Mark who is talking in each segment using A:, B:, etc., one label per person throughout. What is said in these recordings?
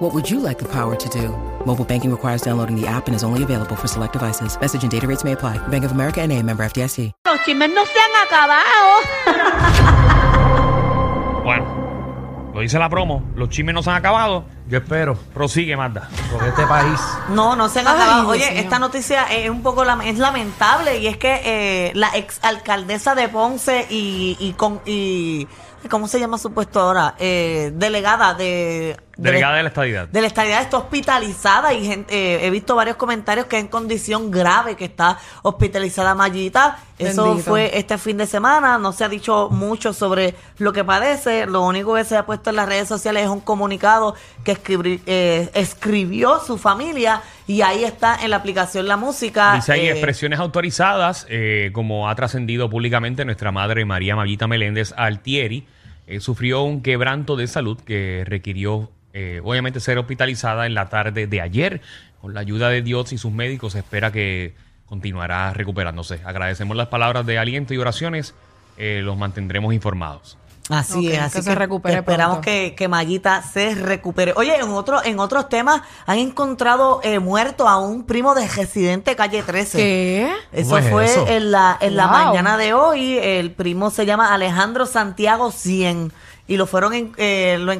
A: What would you like the power to do? Mobile banking requires downloading the app and is only available for select devices. Message and data rates may apply. Bank of America and a member FDIC.
B: Los chismes no se han acabado.
C: Bueno, lo dice la promo, los chismes no se han acabado.
D: Yo espero,
C: Prosigue, Magda.
D: porque este país.
B: No, no se han acabado. Oye, esta noticia es un poco lam- es lamentable y es que eh, la ex alcaldesa de Ponce y, y con y ¿cómo se llama su puesto ahora? Eh, delegada de,
C: Delegada de la estadidad.
B: de la estadidad está hospitalizada y gente, eh, he visto varios comentarios que en condición grave que está hospitalizada Mayita. Eso
E: Bendito.
B: fue este fin de semana, no se ha dicho mucho sobre lo que padece, lo único que se ha puesto en las redes sociales es un comunicado que escribri- eh, escribió su familia y ahí está en la aplicación la música.
C: Dice ahí
B: eh,
C: expresiones autorizadas, eh, como ha trascendido públicamente nuestra madre María Mavita Meléndez Altieri, eh, sufrió un quebranto de salud que requirió eh, obviamente ser hospitalizada en la tarde de ayer. Con la ayuda de Dios y sus médicos se espera que continuará recuperándose. Agradecemos las palabras de aliento y oraciones, eh, los mantendremos informados.
B: Así
E: Ok,
B: es,
E: que
B: así
E: se recupere
B: esperamos
E: pronto.
B: que, que Mayita se recupere. Oye, en otro, en otros temas han encontrado eh, muerto a un primo de residente calle 13.
E: ¿Qué?
B: Eso
D: ¿Cómo es
B: fue
D: eso?
B: en la en la
E: Wow.
B: mañana de hoy. El primo se llama Alejandro Santiago 100 y lo fueron en- eh, lo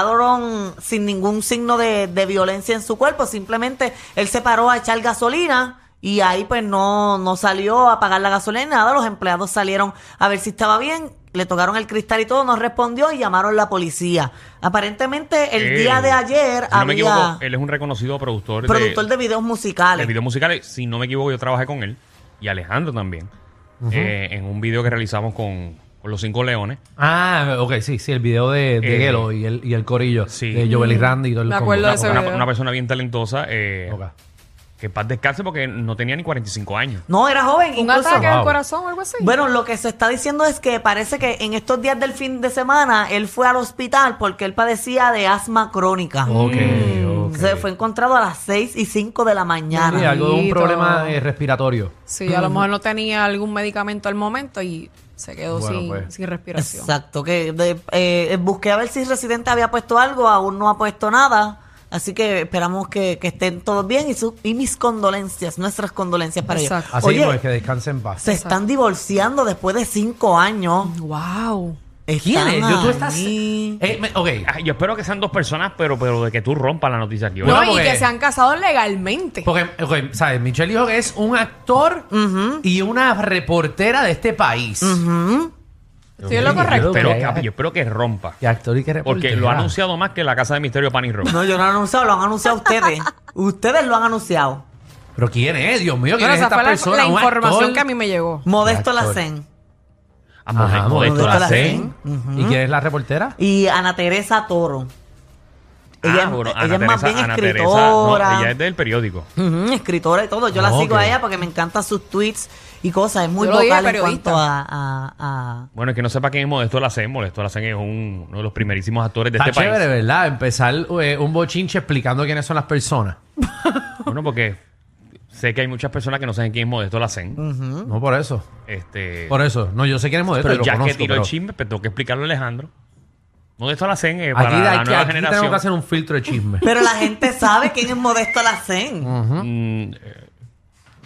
B: encontraron sin ningún signo de, de violencia en su cuerpo. Simplemente él se paró a echar gasolina. Y ahí pues no, no salió a pagar la gasolina, nada, los empleados salieron a ver si estaba bien, le tocaron el cristal y todo, no respondió y llamaron a la policía. Aparentemente el
C: Eh,
B: día de ayer
C: si
B: había
C: no me equivoco, él es un reconocido productor, de-
B: productor de videos
C: de
B: musicales.
C: videos musicales. Si no me equivoco, yo trabajé con él y Alejandro también eh, en un video que realizamos con, con los cinco leones.
D: Ah, ok, sí, sí, el video de, de
C: Eh,
D: Gelo y el, y el corillo
C: sí. Ah,
D: de Joel y Randy y todo el
E: Me
D: combo.
E: acuerdo de ese
C: Una,
E: video.
C: una persona bien talentosa eh,
D: Ok.
C: que paz descanse porque no tenía ni 45 años.
B: No, era joven.
E: ¿Un
B: incluso,
E: ataque al
D: Wow.
E: corazón o algo así?
B: Bueno, lo que se está diciendo es que parece que en estos días del fin de semana él fue al hospital porque él padecía de asma crónica.
D: Ok, Oh,
E: Mm,
D: ok.
B: Se fue encontrado a las 6 y 5 de la
D: Sí,
B: mañana.
D: algo de un
E: Amiguito.
D: problema eh, respiratorio.
E: sí,
D: mm.
E: a lo mejor no tenía algún medicamento al momento y se quedó
D: Bueno,
E: sin,
D: pues.
E: sin respiración.
B: Exacto, que de- eh, busqué a ver si Residente había puesto algo, aún no ha puesto nada. Así que esperamos que, que estén todos bien y, su- y mis condolencias, nuestras condolencias para
E: Exacto.
B: ellos.
D: Así
B: Oye,
D: pues, que descanse en paz.
B: se están divorciando después de 5 años.
E: Wow.
D: ¿Quién es?
B: Están
D: Yo- tú estás-
B: ahí.
D: Eh, me- ok,
C: Ah, Yo espero que sean dos personas, pero, pero de que tú rompas la noticia aquí.
D: Bueno,
E: no, y
D: porque- Pues,
E: que se han casado legalmente.
D: porque, ok, ¿sabes? Michelle dijo que es un actor y una reportera de este país.
E: Estoy en lo
D: Yo creo
E: correcto.
C: Pero
D: que-
C: yo espero que rompa.
D: Que actor y que reportera.
C: Porque lo ha anunciado más que la casa de misterio Pan y Rock.
B: No, yo no lo he anunciado, lo han anunciado ustedes. ustedes lo han anunciado.
D: Pero ¿quién es? Dios mío, ¿quién
E: Bueno,
D: es
E: esa
D: esta
E: fue la,
D: persona?
E: la
D: Un actor.
E: información que a mí me llegó.
B: Modesto
D: Actor.
B: Lacén
C: Ah, Modesto- Modesto
B: Modesto
C: Lacén.
B: Lacén.
D: ¿Y quién es la reportera?
B: y Ana Teresa Toro. Ella,
C: Ah, bueno,
B: ella
C: Ana
B: es más
C: Teresa-
B: bien
C: Ana Teresa, no,
B: escritora.
C: ella es del periódico.
B: Ujú, escritora y todo. Yo la
D: Ok.
B: sigo a ella porque me encantan sus tweets y cosas. Es muy
E: Yo lo dije,
B: vocal en
E: periodista.
B: cuanto a, a- a-
C: Bueno, es que no sepa quién es Modesto Lacén. Modesto Lacén es un- uno de los primerísimos actores de
D: Está
C: este
D: chévere,
C: país.
D: ¿verdad? Empezar eh, un bochinche explicando quiénes son las personas.
C: Bueno, porque sé que hay muchas personas que no saben quién es Modesto Lacén.
D: No por eso.
C: Este,
D: Por eso. No, yo sé quién es modesto,
C: pero
D: yo
C: ya
D: lo
C: que
D: conozco.
C: tiró
D: pero
C: el chisme, pero tengo que explicarlo a Alejandro. Modesto Lacén es para
D: aquí, de
C: la
D: aquí,
C: nueva
D: aquí tenemos
C: generación.
D: que hacer un filtro de chisme.
B: Pero la gente sabe quién es Modesto Lacén.
C: Mm, eh,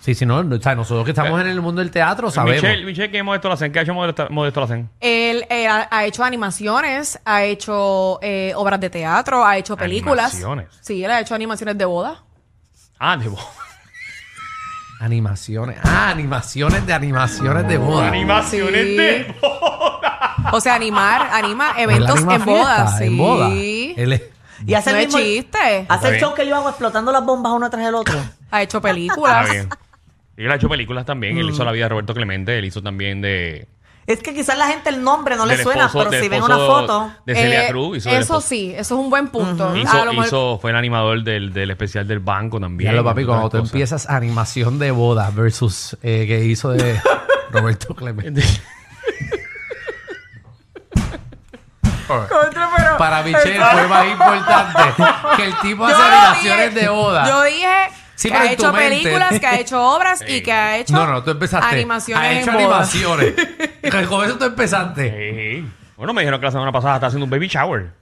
D: sí, si no, no, o sea, nosotros que estamos en el mundo del teatro sabemos.
C: Michelle, Michelle, ¿quién es Modesto Lacén? ¿Qué ha hecho Modesto, Modesto Lacén?
E: Él eh, ha, ha hecho animaciones, ha hecho eh, obras de teatro, ha hecho películas.
C: Animaciones.
E: Sí, él ha hecho animaciones de boda.
C: Ah, de bo-
D: Animaciones. Ah, animaciones de animaciones de boda.
C: Animaciones
E: Sí.
C: de bo-
E: O sea, animar, anima
D: Él
E: eventos
D: anima
E: en bodas.
D: fiestas,
E: Sí.
D: En boda. Él es-
B: Y hace
E: No
B: el
E: es
B: mismo. Ah.
E: chiste.
B: Hace el
C: bien.
B: show que yo hago explotando las bombas una tras el otro.
E: Ha hecho
C: Ah,
D: pues.
E: películas.
C: bien. Y él ha hecho películas también. Él
D: Mm.
C: hizo la vida de Roberto Clemente. Él hizo también de...
B: Es que quizás la gente el nombre no le
C: del
B: suena,
C: esposo-
B: pero
C: del
B: si ven una
C: esposo
B: foto.
C: De Celia
E: Eh,
C: Cruz. Hizo del
E: eso
C: esposo-
E: sí, eso es un buen punto. Ah, A
C: Hizo,
E: lo mejor-
C: hizo- fue el animador del, del especial del banco también.
D: Míralo, papi,
C: otras
D: cuando tú
C: cosas.
D: empiezas animación de boda versus eh, que hizo de. Roberto Clemente.
B: Contra, pero-
D: Para Michelle fue más importante que el tipo hace
E: lo
D: relaciones
E: dije.
D: de boda.
E: Yo dije
D: Sí,
E: que
D: pero
E: ha
D: en tu
E: hecho
D: mente.
E: películas, que ha hecho obras
C: Eh,
E: y que ha hecho
D: no, no, tú empezaste.
E: animaciones
D: Ha hecho
E: en bodas.
D: animaciones. Con eso tú empezaste.
C: Eh, Bueno, me dijeron que la semana pasada está haciendo un baby shower.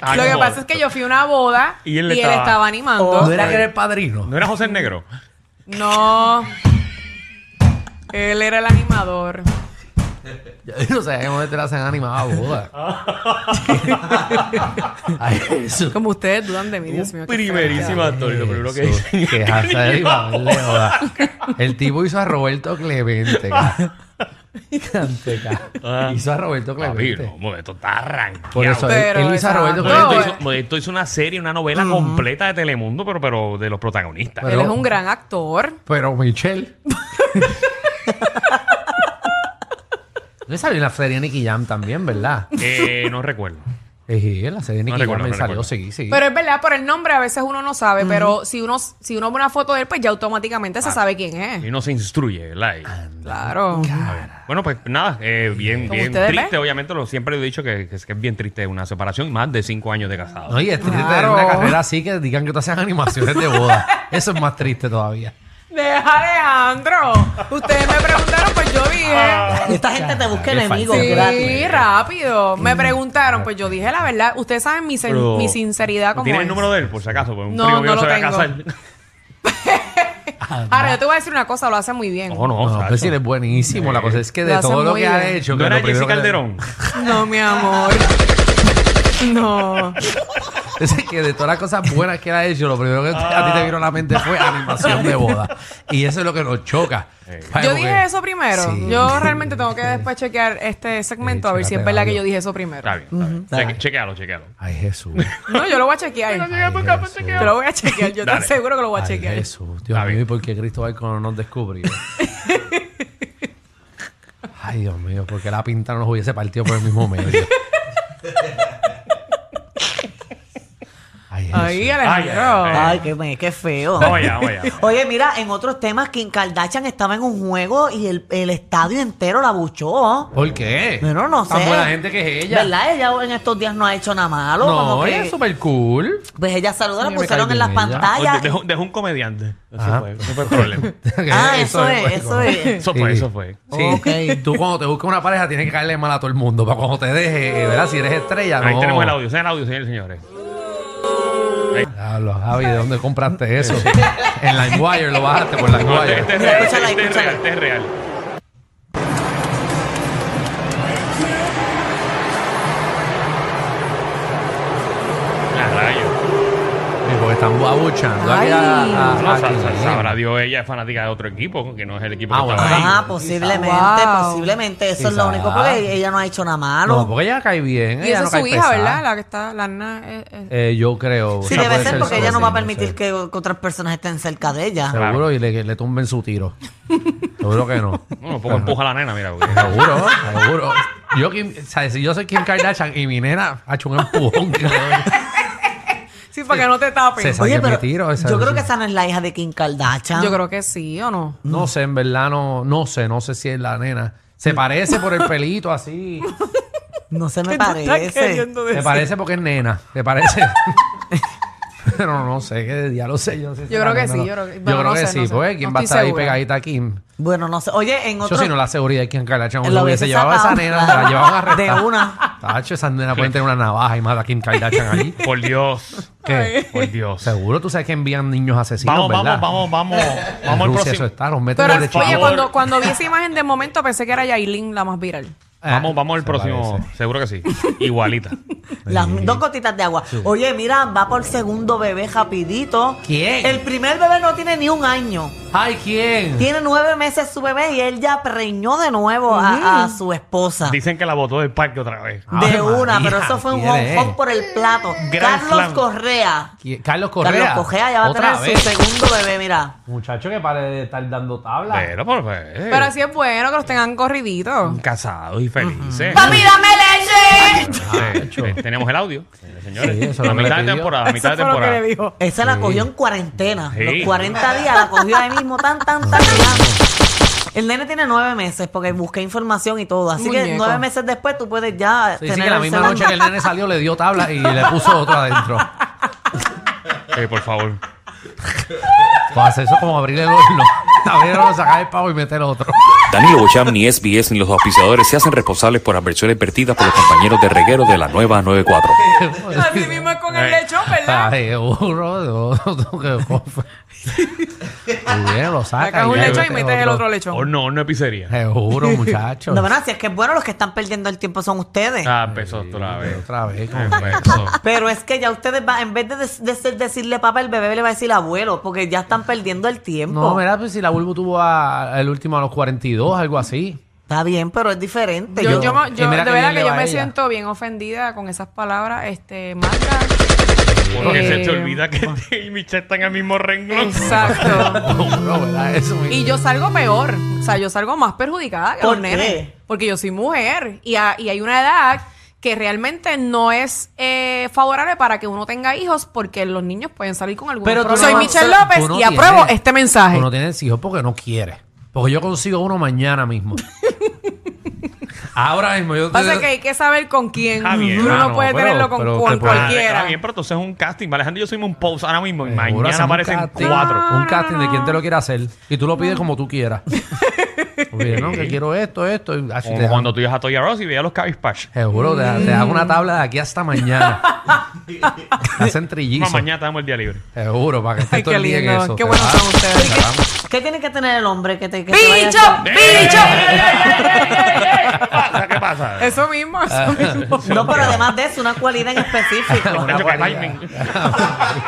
C: Ah,
E: Lo que
C: ¿cómo?
E: pasa es que yo fui a una boda
C: Y
E: y
C: él
E: él,
C: le
E: estaba...
C: estaba-
E: animando.
D: ¿No era que era el padrino?
C: ¿No era José el Negro?
E: No. Él era el animador.
D: Ya no sabemos dónde te la hacen animada boda. Ay, eso.
E: Como ustedes dudan de mí, Dios mío.
C: Un
E: qué feo.
C: primerísimo actor. Lo primero que
D: Eso,
C: dicen.
D: que hace de animarle boda. El tipo hizo a Roberto Clemente. ca. Canteca.
C: Ah.
D: Hizo a Roberto
C: Papi,
D: Clemente.
C: no, Modesto está arranqueado.
D: Por eso, él-
E: Pero
D: él hizo a
E: esa-
D: Roberto
E: No,
C: Modesto,
D: Clemente.
E: eh.
C: hizo, Modesto hizo una serie, una novela completa de Telemundo, pero, pero de los protagonistas.
E: Él es un gran actor.
D: Pero Michelle. Le salió en la serie Nicky Jam también, ¿verdad?
C: Eh, no recuerdo.
D: Eh, en la serie Nicky
C: recuerdo,
D: Jam
C: no
D: me salió,
C: recuerdo.
D: sí, sí.
E: Pero es verdad, por el nombre a veces uno no sabe, pero si uno, si uno ve una foto de él, pues ya automáticamente
C: Ah.
E: se sabe quién es.
C: Y no se instruye, ¿verdad? Y-
E: Claro.
C: Bueno, pues nada, eh, bien,
E: Como
C: bien
E: ustedes
C: triste,
E: ven.
C: obviamente, lo siempre he dicho que, que es que es bien triste una separación, más de cinco años de casado.
D: No, y es triste tener
E: Claro.
D: una carrera así que digan que tú haces animaciones de boda. Eso es más triste todavía.
E: Deja Alejandro. Ustedes me preguntaron, pues yo dije.
B: Esta gente te busca
D: qué
B: enemigos
D: falsedad.
B: Ah. gratis.
E: Sí, rápido. Me preguntaron, pues yo dije la verdad. Ustedes saben mi, sen-
C: Pero-
E: mi sinceridad como
C: ¿Tiene el
E: es.
C: número de él, por si acaso? Porque un
E: No,
C: primo mío
E: no lo
C: se va a
E: tengo.
C: casar.
E: Ahora, yo te voy a decir una cosa, lo hace muy bien.
C: No, no,
D: No,
C: Sacho.
D: pues sí, él es buenísimo. La cosa es que
E: Lo
D: de
E: hacen
D: todo lo
E: muy
D: que ha
E: bien.
D: hecho...
C: ¿No
D: que
C: era
D: lo primero
C: Jessica
D: que le-
C: Calderón?
E: No, mi amor. No.
D: Es que de todas las cosas buenas que él ha hecho, lo primero que a ti te vino a la mente fue animación de boda. Y eso es lo que nos choca. ¿Sabes?
E: Yo
D: Porque-
E: dije eso primero.
D: Sí.
E: Yo realmente tengo que después chequear este segmento a ver si es verdad que yo dije eso primero.
C: Está bien, está bien. Cheque- chequealo, chequealo.
D: Ay, Jesús.
E: No, yo lo voy a chequear.
D: Ay, Jesús.
E: Te lo voy a chequear, yo te
C: Dale.
E: aseguro que lo voy a
D: Ay,
E: chequear.
D: Jesús. Dios
C: Está
D: mío,
C: bien.
D: ¿y por qué Cristóbal Colón nos descubrió? Ay, Dios mío, ¿por qué la pinta no nos hubiese partido por el mismo medio? Ay, Jesús.
E: Ay, Alejandro.
C: Ay,
B: Ay, qué, me- qué feo.
C: Vamos allá, vamos allá.
B: Oye, mira, en otros temas, Kim Kardashian estaba en un juego y el, el estadio entero la buchó.
D: ¿Por qué?
B: Bueno, no
D: Tan
B: sé.
D: buena gente que es ella.
B: ¿Verdad? Ella en estos días no ha hecho nada malo.
D: No, eh,
B: como
D: ella
B: que-
D: es súper cool.
B: Pues ella saludó, la
D: Mira, me
B: pusieron
D: cae
B: en las
D: bien ella.
C: Oye,
B: pantallas.
C: Dejó, dejó un comediante. Eso
D: Ajá.
C: fue, eso fue el problema.
B: Ah, eso es, eso es.
C: Eso fue, eso fue.
D: Sí. Tú cuando te buscas una pareja tienes que caerle mal a todo el mundo. Para cuando te deje, eh, ¿verdad? Si eres estrella, no.
C: Ahí tenemos el audio, sean el audio, señores y señores.
D: Diablo, Javi, ¿de dónde compraste eso? en LimeWire lo bajaste por
C: No, este, este es
D: LimeWire.
C: real,
B: Escúchala,
C: este es
B: escúchala.
C: real, este es real. Ah, rayo.
D: Sí, Porque están abuchando
E: Ay.
D: aquí a- a-
C: No,
D: a-
C: sa-
D: aquí.
C: sa- sabrá Dios, ella es fanática de otro equipo, que no es el equipo
D: Ah,
C: que
D: bueno.
C: está ahora.
B: Ah, posiblemente,
E: Wow.
B: posiblemente. Eso es
D: Quizá.
B: lo único, porque ella Ah, no ha hecho nada
D: No,
B: malo.
D: porque ella cae bien.
E: Y
D: ella
E: esa
D: no
E: es su
D: cae
E: hija,
D: pesada.
E: ¿verdad? La que está, la nena. eh, eh.
D: Eh, yo creo.
B: sí,
D: O sea,
B: debe
D: puede
B: ser porque
D: su
B: ella no va a
D: vecino,
B: permitir
D: sí.
B: que, que otras personas estén cerca de ella.
D: Seguro, y le, le tumben su tiro. Seguro que no.
C: No, poco empuja a la nena, mira. porque-
D: Seguro, seguro. Yo, Kim- o sea, si yo soy Kim Kardashian y mi nena ha hecho un empujón. cabrón.
E: Sí, para que no te tapen.
D: Se- esa
B: Oye,
D: que me
B: pero
D: tiro, esa-
B: yo creo que esa no es la hija de Kim Kardashian.
E: Yo creo que sí o no.
D: No sé, en verdad no, no sé, no sé si es la nena. Se parece por el pelito así.
B: No se me
E: ¿Qué tú estás
B: parece.
E: queriendo
D: Se
E: decir?
D: parece porque es nena. Se parece. Pero no sé, qué ya lo sé. Yo, no sé si
E: Yo
D: es
E: creo
D: la
E: que
D: nena
E: sí,
D: o no.
E: yo creo que-
D: Yo
E: bueno,
D: creo
E: no
D: que
E: sé,
D: sí,
E: no sé.
D: pues, ¿quién
E: No
D: va a
E: estoy
D: estar ahí
E: segura.
D: pegadita a Kim?
B: Bueno, no sé. Oye, en otro...
D: Yo si no la seguridad aquí en Kardashian
B: La
D: uno hubiese
B: hubiese
D: llevado a esa
B: sacado.
D: nena, se la llevaban a arrestar.
B: De una.
D: Tacho, esa nena pueden tener una navaja y más a Kim Kardashian allí.
C: Por Dios,
D: ¿Qué?
C: por Dios.
D: Seguro tú sabes que envían niños asesinos,
C: Vamos,
D: ¿verdad?
C: vamos, vamos, vamos. Vamos al
D: Rusia, eso
C: próximo.
D: está, los meten
E: Pero,
D: Este de
E: oye,
C: favor.
E: cuando, cuando vi esa imagen de momento pensé que era Yailin la más viral.
D: eh,
C: Vamos, vamos al próximo. Seguro que sí. Igualita.
B: Las dos gotitas de agua. Oye, mira, va por segundo bebé rapidito.
D: ¿Quién?
B: El primer bebé no tiene ni un año.
D: Ay, ¿quién?
B: Tiene nueve meses su bebé y él ya preñó de nuevo a, a su
D: Ah.
B: esposa.
C: Dicen que la botó del parque otra vez.
B: De
D: Ay,
B: una,
D: María,
B: pero eso fue un
D: ¿quién
B: home
D: es?
B: run por el plato.
C: Grand
B: Carlos
C: slam.
B: Correa.
D: ¿Quién? Carlos Correa.
B: Carlos Correa ya va a
D: Otra
B: tener
D: vez.
B: su segundo bebé, mira.
D: Muchacho que pare de estar dando tabla.
C: Pero, pues, por favor.
E: Pero así es bueno que los tengan corriditos.
C: casados y felices.
E: ¡Papi, dame leche!
C: Sí, eh, tenemos el audio. Señores,
D: Sí, eso
C: a
D: lo que le
C: mitad de
D: pidió.
C: temporada, a mitad de
F: Eso fue lo que
C: temporada.
F: le dijo.
B: Esa la cogió en cuarentena.
C: Sí.
B: Los 40 días la cogió ahí mismo, tan, tan, tan. tan. El nene tiene nueve meses porque busqué información y todo. Así que
E: Muñeco.
B: nueve meses después tú puedes ya
D: Sí, sí,
B: tener
D: que la
B: el
D: misma
B: segundo.
D: noche que el nene salió le dio tabla y le puso otro adentro.
C: Eh, por favor.
D: Pues eso es como abrir el horno. Abrir el horno, sacar el pavo y meter otro.
G: Danilo Bocham, ni SBS, ni los auspiciadores se hacen responsables por adversiones vertidas por los compañeros de reguero de la nueva 94.
F: Así mismo es con el lechón, ¿verdad?
D: Ay, burro, tú que cofre. Muy bien, lo sacas.
F: Sacas un
D: ya,
F: lechón y metes el otro lechón.
C: Horno, horno de pizzería.
D: Eh. Seguro, muchachos.
B: No, bueno, si es que es bueno, los que están perdiendo el tiempo son ustedes.
C: Ah, empezó otra vez.
D: Otra vez. como-
C: Empezó.
B: Pero es que ya ustedes van, en vez de, des- de ser- decirle papá, el bebé le va a decir abuelo, porque ya están perdiendo el tiempo.
E: Oh.
D: No, mira, pues si la Bulbo tuvo a- el último a los 42, algo así.
B: Está bien, pero es diferente.
D: Yo-
E: Yo, yo, me-
D: y
E: yo-
D: mira
E: de
D: que
E: verdad
D: bien le
E: que yo
D: va a
E: me
D: ella.
E: siento bien ofendida con esas palabras, este, marca.
C: Porque se
E: Eh,
C: te olvida que él y Michelle están en el mismo renglón.
E: Exacto.
D: Burro, ¿verdad? Eso mismo.
E: Y yo salgo peor, o sea, yo salgo más perjudicada que
B: ¿Por
E: los
B: qué?
E: nenes, porque yo soy mujer y, a- y hay una edad que realmente no es eh, favorable para que uno tenga hijos porque los niños pueden salir con algún
B: Pero tú
E: Soy
B: no-
E: Michelle
B: tú
E: López
D: no
E: y apruebo
D: tienes-
E: este mensaje.
D: Tú no tienes hijos porque no quieres. Porque yo consigo uno mañana mismo. Ahora mismo yo
E: Pasa que hay que saber con quién.
C: Ah, bien.
E: Uno
D: Ah,
E: no
D: no,
E: puede
D: pero-
E: tenerlo con,
D: pero
E: con
D: te puede-
E: cualquiera.
C: Ah, bien, pero entonces es un casting. Alejandro y yo hicimos un post ahora mismo y
D: Seguro
C: mañana
D: hacemos
C: aparecen
D: un casting. Ah,
C: cuatro.
D: Un casting de quien te lo quiera hacer. Y tú lo
E: Mm.
D: pides como tú quieras. Oye, no, que quiero esto, esto. Y, ah, si te
C: Como
D: dan-
C: cuando tú ibas a Toya Ross y veías los Pash.
D: Seguro, te, te dan una tabla de aquí hasta mañana. Te hacen
C: No,
D: trillizos.
C: mañana tenemos el día libre.
D: Seguro, para que estés
E: Ay,
D: todo
E: qué
D: el día en eso.
E: lindo. Qué
D: Te
E: buenos
D: vas-
E: son ustedes.
B: ¿Qué tiene que tener el hombre que te que te vaya a
E: ¡Bicho!
B: hacer?
E: ¡Bicho!
C: ¿Qué pasa?
E: Eso mismo,
D: Ah.
E: eso mismo.
B: No, pero además de eso, una cualidad en específico.
C: Nacho, ¿qué
D: cualidad.
C: timing?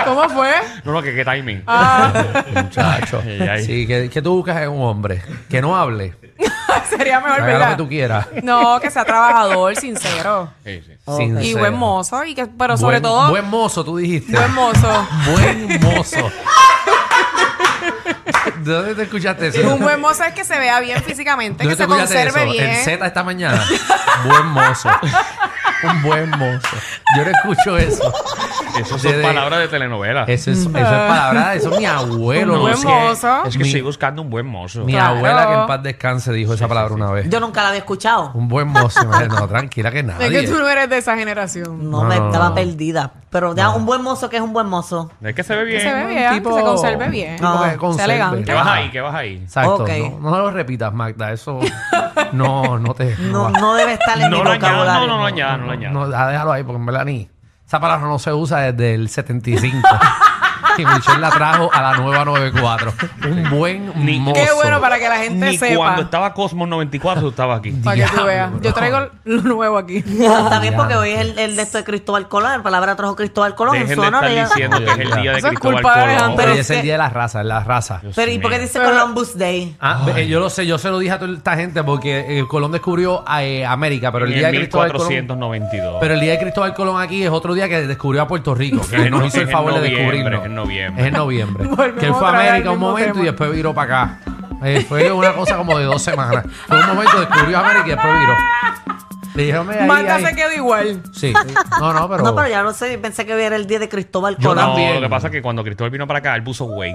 E: ¿Cómo fue?
C: No, no, que qué timing.
E: Ah.
D: Muchacho.
C: Ay, ay.
D: Sí, que, que tú buscas en un hombre que no hable.
E: Sería mejor,
D: Haga lo que
E: ¿verdad?
D: tú quieras.
E: No, que sea trabajador, sincero.
C: Sí, sí.
D: Sincero.
E: Y buen mozo. Y que, pero sobre
D: Buen-
E: todo,
D: Buen mozo, tú dijiste.
E: buen mozo.
D: Buen mozo. ¿De dónde te escuchaste eso?
E: Un buen mozo es que se vea bien físicamente, que
D: ¿Dónde te
E: se
D: escuchaste
E: conserve
D: eso?
E: bien.
D: En Z esta mañana. buen mozo. Un buen mozo. Yo no escucho eso.
C: Eso son
D: Desde-
C: palabras de telenovela.
D: Eso es, eso es palabra, eso es mi abuelo.
E: Ah. Un buen
D: no sé.
E: mozo.
C: Es que
D: mi-
C: estoy buscando un buen mozo.
D: Mi
E: Claro.
D: abuela, que en paz descanse, dijo esa palabra una vez.
B: Yo nunca la había escuchado.
D: Un buen mozo. imagínate. no, tranquila que
E: Es
D: nadie.
E: que tú no eres de esa generación.
B: No, me estaba perdida. Pero ya, un buen mozo que es un buen mozo.
C: Es que se ve bien.
E: Que se ve
D: Un
E: bien, que
D: tipo-
E: se conserve bien.
D: tipo que Ah, conserve.
E: elegante.
C: ¿Qué vas ahí? ¿Qué vas ahí?
D: Exacto.
B: Ok.
D: No, no lo repitas, Magda. Eso no, no te.
B: No,
D: va.
B: no debe estar en
C: No
B: mi
C: lo añadas, no,
B: vocabulario.
C: no lo añadas, no lo añadas.
D: No, ah, déjalo ahí, porque en verdad ni. Esa palabra no se usa desde el 75. y Michelle la trajo a la nueva 94. Un buen
C: Ni-
D: mozo.
E: Qué bueno para que la gente
C: Ni
E: sepa.
C: cuando estaba Cosmos 94 tú estabas aquí.
E: Para que tú veas. Yo traigo lo nuevo aquí.
B: Está bien porque hoy es el, el de esto de Cristóbal Colón. La palabra trajo Cristóbal Colón en
C: Dejen
B: su
C: de
B: honor.
C: estar
B: ella-
C: diciendo que es el día de
E: Eso es
C: Cristóbal
E: culpa de
C: Colón.
E: Alejandro.
D: Pero
B: Pero
D: es,
B: es
D: el
B: que-
D: día de la raza, es la raza.
C: Dios
B: Pero ¿y por qué
C: mío.
B: dice Columbus Day?
D: Ah, ve, yo lo sé, yo se lo dije a toda esta gente porque eh, Colón descubrió eh, América, pero el
C: En
D: día de Cristóbal Colón.
C: 1492.
D: Pero el día de Cristóbal Colón aquí es otro día que descubrió a Puerto Rico,
C: Es
D: que
C: en-
D: nos hizo el
C: es en
D: favor de
C: noviembre,
D: descubrirnos.
C: es en noviembre.
D: Es en noviembre.
E: Volvemos
D: que él fue a
E: otra vez al
D: América un
E: mismo
D: momento
E: tema.
D: y después viró para acá. Eh, fue una cosa como de dos semanas. Fue un momento, descubrió América y después viró. Le dijeron, "Mira, ahí,
E: Manda
D: ahí".
E: se quedó igual.
D: Sí. No, no, pero.
B: No, pero ya no sé. Pensé que era el día de Cristóbal
D: Yo
B: Colón.
C: no,
D: también.
C: lo que pasa es que cuando Cristóbal vino para acá, él puso Waze.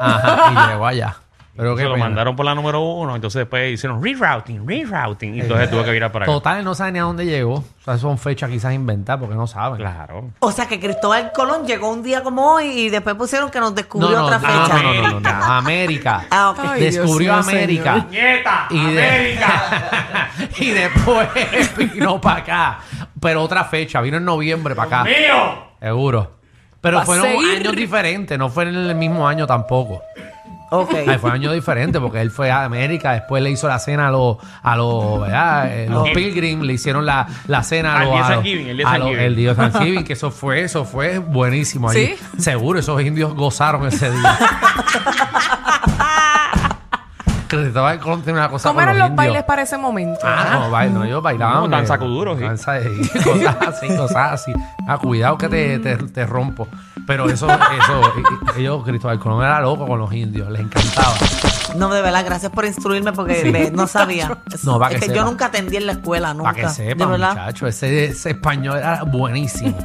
D: Ajá, y llegó allá. Pero
C: Se
D: que
C: lo mandaron por la número uno, entonces después hicieron rerouting, rerouting. Y
D: Eh,
C: entonces tuve que virar para acá.
D: Total, no saben ni a dónde llegó. O sea, son fechas quizás inventadas porque no saben.
C: Claro.
B: O sea que Cristóbal Colón llegó un día como hoy y después pusieron que nos descubrió otra
D: no,
B: fecha.
D: no, no, no, no, no. América.
B: Ah, ok.
E: Ay, Dios
D: Descubrió
E: mío,
D: América.
C: ¡Nieta!
D: Y de- y después vino para acá. Pero otra fecha, vino en noviembre para acá.
C: ¡Mío!
D: Seguro. Pero
E: Va a
D: fueron
E: seguir.
D: años diferentes, no fue en el mismo año tampoco.
B: Ok.
D: Ay, fue año diferente porque él fue a América, después le hizo la cena a los a los, ¿verdad? Eh, los
C: Ok.
D: Pilgrim, le hicieron la, la cena a
C: Al
D: los
C: día
D: a los-
C: Thanksgiving, el día
D: a los-
C: Thanksgiving.
D: el día Thanksgiving, que eso fue, eso fue buenísimo allí.
E: ¿Sí?
D: Seguro esos indios gozaron ese día. Cristóbal Colón tiene una cosa
E: ¿Cómo
D: con
E: eran los
D: indios.
E: bailes para ese momento?
D: Ah, no, bail- no, yo bailaba.
C: No, danza cuduros, sí.
D: Danza de- cosas así, cosas así. Ah, cuidado que te, te, te rompo. Pero eso, eso, e- e- ellos, Cristóbal Colón era loco con los indios, les encantaba.
B: No, de verdad, gracias por instruirme porque ve, no sabía. Es-
D: No, va
B: es
D: que
B: que yo
D: sepa.
B: nunca atendí en la escuela, nunca.
D: Para que
B: de
D: sepan,
B: verdad.
D: muchachos, ese, ese español era buenísimo.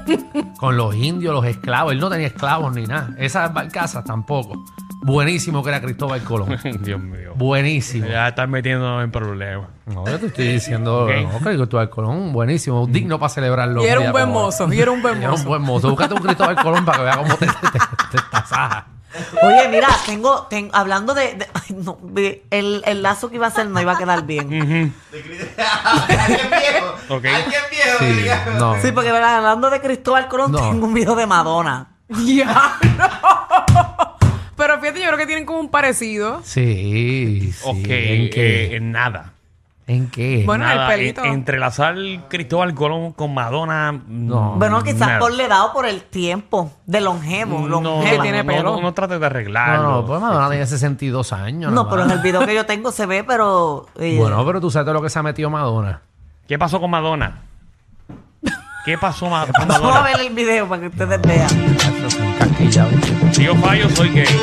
D: Con los indios, los esclavos. Él no tenía esclavos ni nada. Esas barcazas tampoco. Buenísimo que era Cristóbal Colón.
C: Dios mío.
D: Buenísimo.
C: Ya estás metiendo en problemas.
D: No, yo te estoy diciendo, no, que Cristóbal Colón, buenísimo, digno para celebrarlo.
F: Y era un buen mozo, y era un buen
D: Era un
F: mozo.
D: buen mozo. Búscate un Cristóbal Colón para que vea cómo te, te, te- te tasaja.
B: Oye, mira, tengo, ten- hablando de, de- ay, no, de- el, el lazo que iba a hacer no iba a quedar bien.
H: Alguien viejo.
C: Ok.
H: Alguien viejo.
D: Sí,
H: obligado.
D: no.
B: Sí,
F: pues.
B: porque ¿verdad? hablando de Cristóbal Colón,
D: No.
B: tengo un video de Madonna.
F: Diablo. Pero fíjate, yo creo que tienen como un parecido.
D: Sí, sí.
C: ok,
D: ¿En qué?
C: eh, en nada.
D: ¿En qué?
F: Bueno, el
C: nada.
F: pelito.
C: En- entrelazar Cristóbal Colón con Madonna. No.
B: Bueno, quizás
C: nada.
B: por le dado por el tiempo, de longevo,
C: No, no,
B: longeva.
C: no,
F: tiene
C: no,
F: pelo.
C: no, no trates de
D: no,
C: arreglarlo.
D: no, pues Madonna tiene 62 años.
B: No,
D: nada
B: pero en
D: más.
B: el video que yo tengo se ve, pero... eh,
D: Bueno, pero tú sabes todo lo que se ha metido Madonna.
C: ¿Qué pasó con Madonna? ¿Qué pasó Ma- con
B: Vamos a
C: Madonna?
B: ver el video para que ustedes vean.
D: Eso es un casquillado.
C: Si yo fallo, soy gay.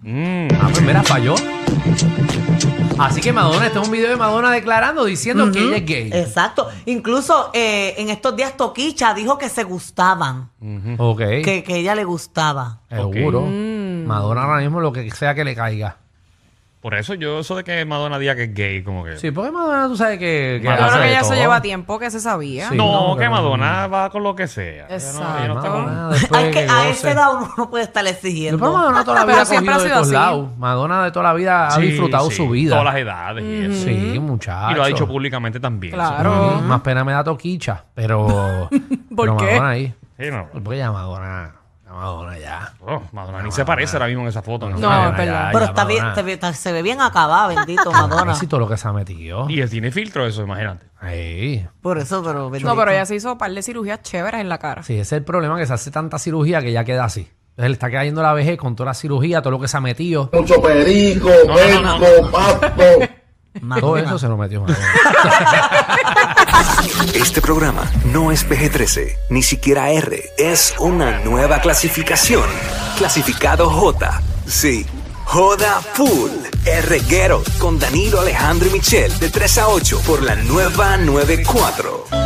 C: Mm,
D: Ah, pues mira, falló. Así que Madonna, este es un video de Madonna declarando, diciendo que ella es gay.
B: Exacto. Incluso eh, en estos días Toquicha dijo que se gustaban,
D: Ok.
B: que, que ella le gustaba.
D: Seguro. Madonna ahora mismo lo que sea que le caiga.
C: por eso yo, eso de que Madonna diga que es gay, como que.
D: Sí, porque Madonna tú sabes que... que
C: Madonna
F: Yo
D: Ah, hace
F: creo que
D: de
F: ya
D: todo.
F: se lleva tiempo, que se sabía.
D: Sí.
C: no,
D: no,
C: que
D: no.
C: Madonna va con lo que sea. Ella no- ella no está con-
D: Madonna, después
B: Hay
D: de
B: que,
D: que
B: a
D: goce.
B: esa edad uno no puede estar
D: Yo, pero
B: exigiendo.
D: Madonna toda la vida
F: Pero
D: ha
F: siempre
D: cogido
F: ha sido
D: de todos
F: así.
D: lados. Madonna de toda la vida ha
C: Sí,
D: disfrutado
C: sí,
D: su vida.
C: Todas las edades y eso.
D: Sí, muchacho.
C: Y lo ha dicho públicamente también.
F: Claro.
D: Más pena me da Toquicha, pero...
F: ¿Por
D: pero
F: qué?
D: Madonna ahí.
C: Sí, no.
D: Porque ya Madonna... ya Madonna ya.
C: Oh, Madonna ni se parece ahora mismo en esa foto. ¿no?
F: No,
D: Madonna
F: es verdad.
D: ya,
B: Pero
D: ya
B: está bien,
D: Madonna.
B: te ve- está- se ve bien acabada, bendito Madonna.
D: Así todo lo que se ha metido.
C: Y él tiene filtro eso, imagínate.
D: Ay,
B: Por eso, pero bendito.
F: No, pero ella se hizo un par de cirugías chéveres en la cara.
D: sí, ese es el problema, que se hace tanta cirugía que ya queda así. Entonces le está cayendo la vejez con toda la cirugía, todo lo que se ha metido.
I: Mucho perico,
C: no, no,
I: vengo, papo.
B: Madonna.
D: Todo eso se lo metió Madonna.
J: Este programa no es PG-13, ni siquiera R. Es una nueva clasificación. Clasificado J. Sí. Joda Full. R. Guerrero con Danilo Alejandro y Michel de 3 a 8 por la nueva 94.